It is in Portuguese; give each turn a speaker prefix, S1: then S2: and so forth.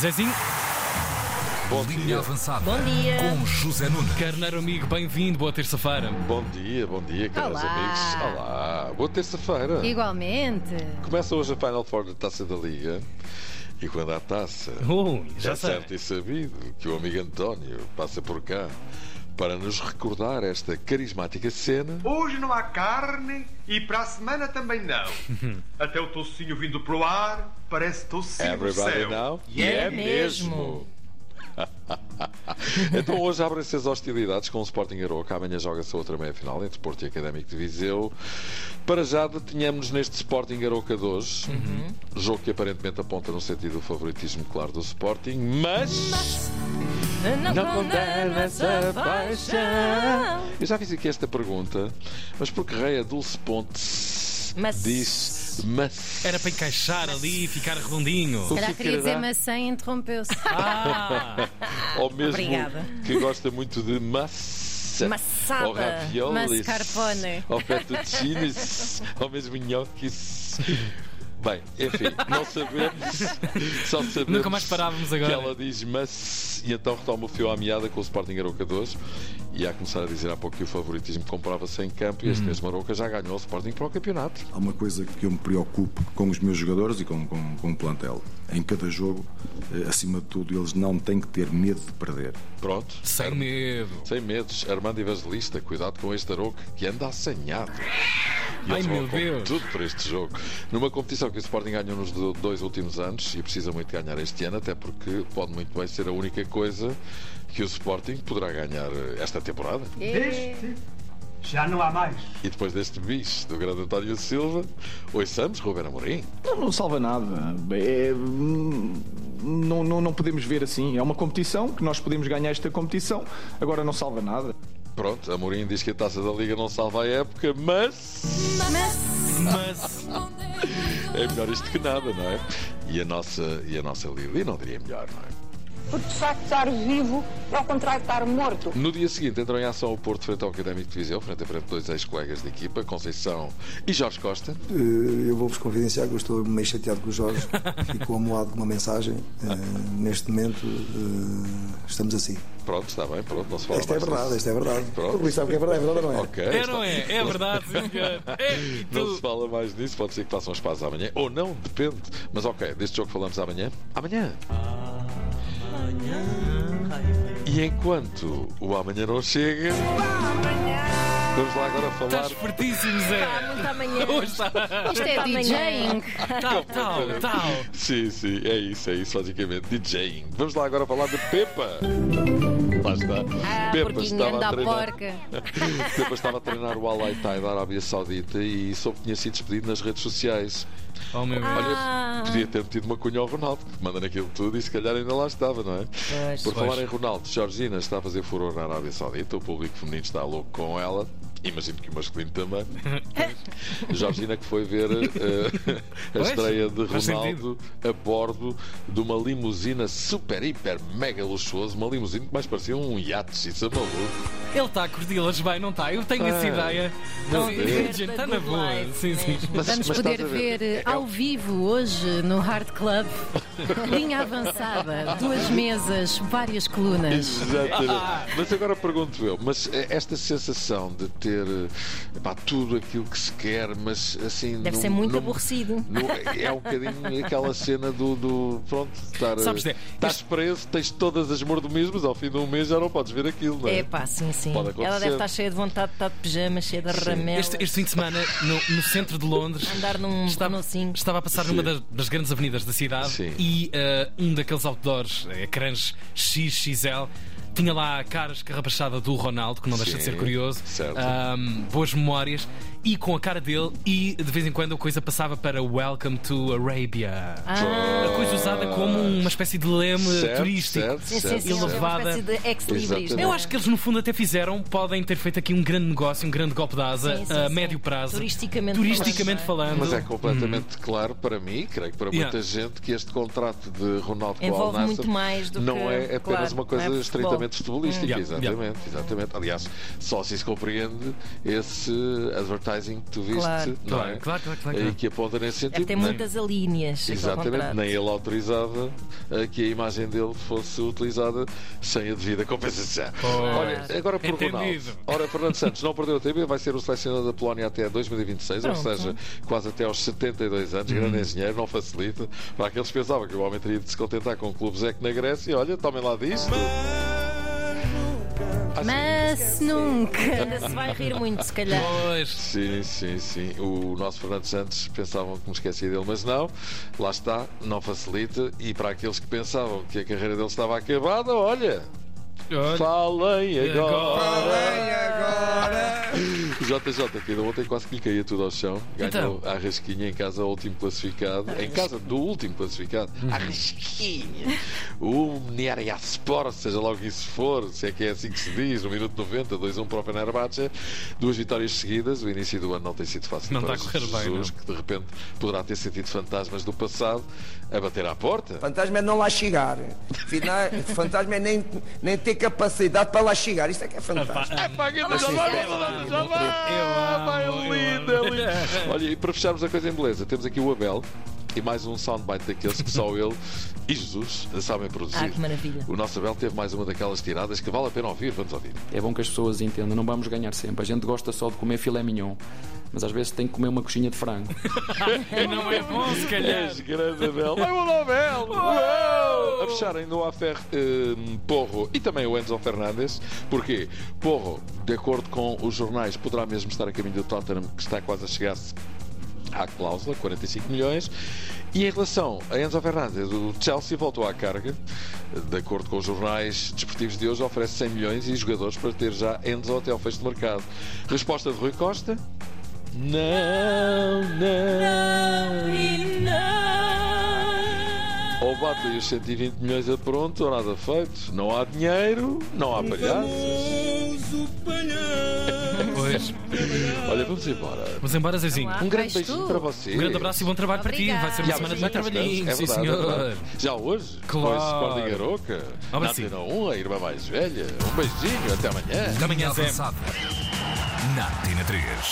S1: Zezinho,
S2: Bom
S3: Linha
S2: dia.
S3: avançada
S4: Bom dia.
S3: com José Nunes.
S1: carneiro amigo, bem-vindo, boa terça-feira.
S2: Bom dia, bom dia, caros
S4: Olá.
S2: amigos. Olá. Boa terça-feira.
S4: Igualmente.
S2: Começa hoje a Final Four da Taça da Liga. E quando há taça,
S1: Ui, já
S2: é
S1: sei.
S2: certo e sabido que o amigo António passa por cá para nos recordar esta carismática cena.
S5: Hoje não há carne e para a semana também não. Até o tocinho vindo pro ar parece tocinho do
S2: Everybody
S5: céu.
S2: now?
S5: E
S4: é mesmo.
S2: então hoje abrem-se as hostilidades com o Sporting Aroca. Amanhã joga-se a outra meia-final entre Porto e Académico de Viseu. Para já detenhamos neste Sporting Aroca de hoje.
S5: Uhum.
S2: Jogo que aparentemente aponta no sentido do favoritismo claro do Sporting, mas... Não condena essa paixão. Eu já fiz aqui esta pergunta, mas por que rei a Dulce Pontes
S4: Mas-
S2: diz mas...
S1: Era para encaixar ali e ficar redondinho.
S2: O
S4: Será que queria dizer
S2: Ficará-
S4: maçã e interrompeu-se?
S1: Ah,
S2: Ou mesmo
S4: Obrigada.
S2: que gosta muito de massa.
S4: Massada.
S2: Ou raviolis.
S4: Mascarpone.
S2: Ou fettuccines. ou mesmo gnocchis. Bem, enfim, não sabemos. Só sabemos
S1: Nunca mais parávamos agora.
S2: Que ela diz mas e então retoma o fio à meada com o Sporting Aroca 2. E há a começar a dizer há pouco que o favoritismo comprava-se em campo e
S1: Hum.
S2: este mesmo Aroca já ganhou o Sporting para o campeonato.
S6: Há uma coisa que eu me preocupo com os meus jogadores e com, com, com o plantel. Em cada jogo, eh, acima de tudo, eles não têm que ter medo de perder.
S2: Pronto.
S1: sem medo.
S2: Sem medos, Armando Evangelista, cuidado com este Aroca que anda assanhado. E
S1: Ai,
S2: eles vão
S1: meu
S2: com
S1: Deus.
S2: Tudo para este jogo. Numa competição que o Sporting ganhou nos do- dois últimos anos e precisa muito ganhar este ano, até porque pode muito bem ser a única coisa que o Sporting poderá ganhar eh, esta temporada.
S5: Deste já não há mais.
S2: E depois deste bicho do grande António Silva, ouçamos Ruben Amorim.
S7: Não, não salva nada. É, hum, não, não, não podemos ver assim. É uma competição que nós podemos ganhar esta competição, agora não salva nada.
S2: Pronto, Amorim diz que a taça da Liga não salva a época, mas.
S1: Mas
S2: É melhor isto que nada, não é? E a nossa, e a nossa Lili não diria melhor, não é?
S8: Porque de facto estar vivo é ao contrário de estar morto.
S2: No dia seguinte entrou em ação o Porto frente ao Académico de Viseu, frente a frente dois ex-colegas de equipa, Conceição e Jorge Costa.
S9: Eh, Eu vou-vos confidenciar que eu estou meio chateado com o Jorge. Ficou amoado com uma mensagem. Eh, neste momento, eh, estamos assim.
S2: Pronto, está bem, pronto, não se fala
S9: Esta é
S2: mais
S9: verdade,
S2: disso.
S9: esta é verdade.
S2: Pronto.
S9: O Rui sabe que é verdade, é verdade ou não é?
S2: Ok.
S1: é,
S2: está-
S1: não é? É verdade, senhor. É, e
S2: Não se
S1: tu?
S2: fala mais disso, pode ser que façam as pazes amanhã, ou não, depende. Mas ok, deste jogo falamos amanhã. Amanhã! E enquanto o amanhã não chega, vamos lá agora
S1: Estás
S2: falar.
S1: fortíssimo, Zé.
S4: Muito amanhã.
S1: Hoje está.
S4: Isto é DJing. né?
S1: Tal, tal, tal.
S2: Sim, sim, é isso, é isso, basicamente. DJing. Vamos lá agora falar de Pepa. Lá está.
S4: Ah, porquinho, anda à porca.
S2: Pepa estava a treinar o Al Ittihad da Arábia Saudita e soube que tinha sido despedido nas redes sociais.
S1: Oh, meu Deus.
S4: Ah.
S2: Olha, podia ter metido uma cunha ao Ronaldo, mandando aquilo tudo e se calhar ainda lá estava, não é?
S4: Pois.
S2: Por
S1: Pois.
S2: falar em Ronaldo, Georgina está a fazer furor na Arábia Saudita, o público feminino está louco com ela. Imagino que o masculino também. Georgina que foi ver eh, a
S1: Pois,
S2: estreia de
S1: faz
S2: Ronaldo a bordo de uma limusina super, hiper, mega luxuosa, uma limusina que mais parecia um iate, isso é maluco.
S1: Ele está a curti-las bem, não está? Eu tenho essa
S2: Ah,
S1: ideia.
S2: não
S1: Sim,
S2: sei.
S1: gente, Está na boa. Sim, sim.
S2: Mas-
S4: Vamos
S2: mas
S4: poder
S2: estás a ver,
S4: ver eh,
S2: é- é-
S4: ao vivo hoje no Hard Club. Linha avançada, duas mesas, várias colunas.
S2: Exatamente. Mas agora pergunto eu, mas esta sensação de ter pá, tudo aquilo que se quer, mas assim.
S4: Deve ser muito aborrecido.
S2: no- é um bocadinho aquela cena do. do- pronto, estar.
S1: Sabes, Zé,
S2: estás preso, tens todas as mordomismos, ao fim de um mês já não podes ver aquilo, não é?
S10: É pá, sim, sim.
S2: Pode acontecer.
S10: Ela deve estar cheia de vontade de estar de pijama, cheia de ramela.
S1: Este, este fim de semana, no, no centro de Londres,
S10: Andar num
S1: Está-
S10: Renault
S1: Estava a passar numa das, das grandes avenidas da cidade
S2: Sim.
S1: e eh, um daqueles outdoors, eh, ecrãs XXL, tinha lá a cara escarrapachada do Ronaldo, que não deixa de
S2: Sim,
S1: ser curioso,
S2: certo.
S1: Ahm, boas memórias, e com a cara dele, e de vez em quando a coisa passava para Welcome to Arabia.
S10: Ah.
S1: A coisa usada como uma espécie de leme
S2: Certo,
S1: turístico.
S2: certo,
S10: Sim, sim,
S2: certo,
S10: sim. é
S2: certo.
S10: Uma
S1: Elevada.
S10: espécie de ex-libris.
S2: Exatamente.
S1: Eu acho que eles, no fundo, até fizeram, podem ter feito aqui um grande negócio, um grande golpe de asa
S10: Sim, sim,
S1: a
S10: sim.
S1: médio prazo.
S10: Turisticamente
S1: Turisticamente falando. Hum.
S2: Mas é completamente claro para mim, e creio que para muita
S1: Yeah.
S2: gente, que este contrato de Ronaldo com o Al
S10: Envolve
S2: Nassr
S10: muito mais do
S2: não
S10: que-
S2: é apenas
S10: claro,
S2: uma coisa
S10: não é futebol.
S2: estritamente futebolística.
S1: Yeah, yeah.
S2: exatamente, exatamente. Aliás, só assim se compreende esse advertising que tu viste,
S10: Claro.
S2: não é?
S1: Claro, claro, claro, claro,
S2: E
S1: claro.
S2: que aponta nesse sentido.
S10: Deve ter
S2: não é?
S10: muitas alíneas.
S2: Exatamente, nem ele utilizada, eh, que a imagem dele fosse utilizada sem a devida compensação. Olha, agora por
S1: Entendido.
S2: Ronaldo. Ora, Fernando Santos não perdeu tempo e vai ser o selecionador da Polónia até 2026, ou
S10: Pronto.
S2: seja, quase até aos 72 anos. Grande engenheiro, não facilita. Para aqueles que pensavam que o homem teria de se contentar com clubes é que na Grécia, olha, tomem lá disto.
S4: Mas nunca.
S10: Ainda se vai rir muito, se
S2: é
S10: calhar.
S1: Pois.
S2: Sim, sim, sim. O nosso Fernando Santos pensavam que me esquecia dele, mas não. Lá está, não facilita. E para aqueles que pensavam que a carreira dele estava acabada, olha,
S1: Olha.
S2: falem
S1: E
S2: agora.
S3: agora.
S2: O JJ, que ainda ontem quase que lhe caía tudo ao chão,
S1: Então.
S2: ganhou a rasquinha em casa ao último classificado, em casa do último classificado,
S1: Uhum.
S2: a rasquinha. O Neria Sport, seja lá o que isso for, se é que é assim que se diz, no minuto 90, 2-1 para o Fenerbahçe, duas vitórias seguidas, o início do ano não tem sido fácil
S1: Não
S2: para
S1: está a correr bem,
S2: Jesus, que de repente poderá ter sentido fantasmas do passado a bater à porta.
S3: Fantasma é não lá chegar. Final, fantasma é nem, nem ter capacidade para lá chegar. Isso é que é fantasma.
S2: É pá, grande Jabá, grande Jabá! Pá, é
S1: eu amo.
S2: lindo, é lindo. Olha, e para fecharmos a coisa em beleza, temos aqui o Abel e mais um soundbite daqueles que só ele e Jesus sabem produzir.
S10: Ah, que maravilha.
S2: O nosso Abel teve mais uma daquelas tiradas que vale a pena ouvir, vamos ouvir.
S3: É bom que as pessoas entendam, não vamos ganhar sempre. A gente gosta só de comer filé mignon, mas às vezes tem que comer uma coxinha de frango.
S1: Não é bom, se calhar.
S2: És grande Abel. Vai, o Abel! Uau! A fechar ainda o Afer eh, Porro e também o Enzo Fernandes. Porquê? Porro, de acordo com os jornais, poderá mesmo estar a caminho do Tottenham, que está quase a chegar-se à cláusula, 45 milhões. E em relação a Enzo Fernandes, o Chelsea voltou à carga. De acordo com os jornais desportivos de hoje, oferece 100 milhões e jogadores para ter já Enzo até ao fecho de mercado. Resposta de Rui Costa? Não, não, Ou batem os 120 milhões a pronto ou nada feito. Não há dinheiro, não há palhaços.
S1: Pois.
S2: Olha, vamos embora.
S1: Vamos embora, Zezinho.
S2: Um grande
S4: Vais
S2: beijinho
S4: tu.
S2: para vocês.
S1: Um grande abraço e bom trabalho para ti. Vai ser
S2: E
S1: uma
S2: há
S1: semana de
S2: muitas
S1: muito trabalhinho.
S2: coisas.
S1: Sim,
S2: É verdade, é
S1: senhor.
S2: verdade. Já hoje?
S1: Claro.
S2: Foi Sporting Aroca.
S1: Agora sim.
S2: Antena 1, a irmã Um mais velha. Um beijinho, até amanhã.
S1: Até amanhã, Zé.
S3: Na Tina 3.